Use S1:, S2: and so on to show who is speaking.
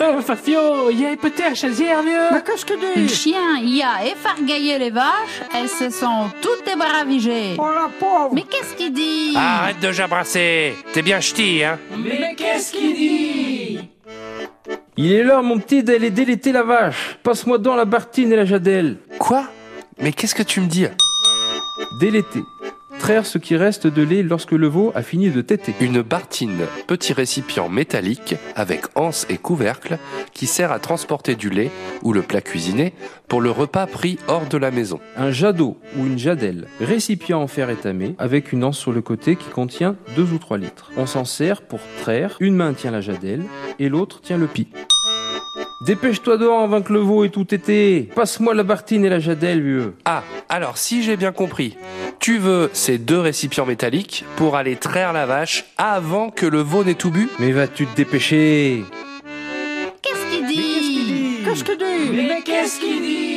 S1: Euh, Fafio, il y a peut-être chazière, vieux.
S2: qu'est-ce que
S3: Le
S2: dis
S3: chien y a effargaillé les vaches, elles se sont toutes ébravigées.
S2: Oh la pauvre
S3: Mais qu'est-ce qu'il dit
S4: Arrête de jabrasser. T'es bien ch'ti, hein
S1: Mais qu'est-ce qu'il dit
S5: Il est là, mon petit, d'aller déléter la vache. Passe-moi dans la Bartine et la Jadelle.
S4: Quoi Mais qu'est-ce que tu me dis
S5: Déléter. Traire ce qui reste de lait lorsque le veau a fini de téter.
S4: Une bartine, petit récipient métallique avec anse et couvercle qui sert à transporter du lait ou le plat cuisiné pour le repas pris hors de la maison.
S5: Un jadeau ou une jadelle, récipient en fer étamé avec une anse sur le côté qui contient 2 ou 3 litres. On s'en sert pour traire, une main tient la jadelle et l'autre tient le pis. Dépêche-toi dehors hein, avant que le veau ait tout été. Passe-moi la bartine et la jadelle, vieux.
S4: Ah, alors si j'ai bien compris, tu veux ces deux récipients métalliques pour aller traire la vache avant que le veau n'ait tout bu
S5: Mais vas-tu te dépêcher
S3: Qu'est-ce qu'il
S2: Mais
S3: dit
S2: Qu'est-ce que dis
S1: Mais qu'est-ce qu'il dit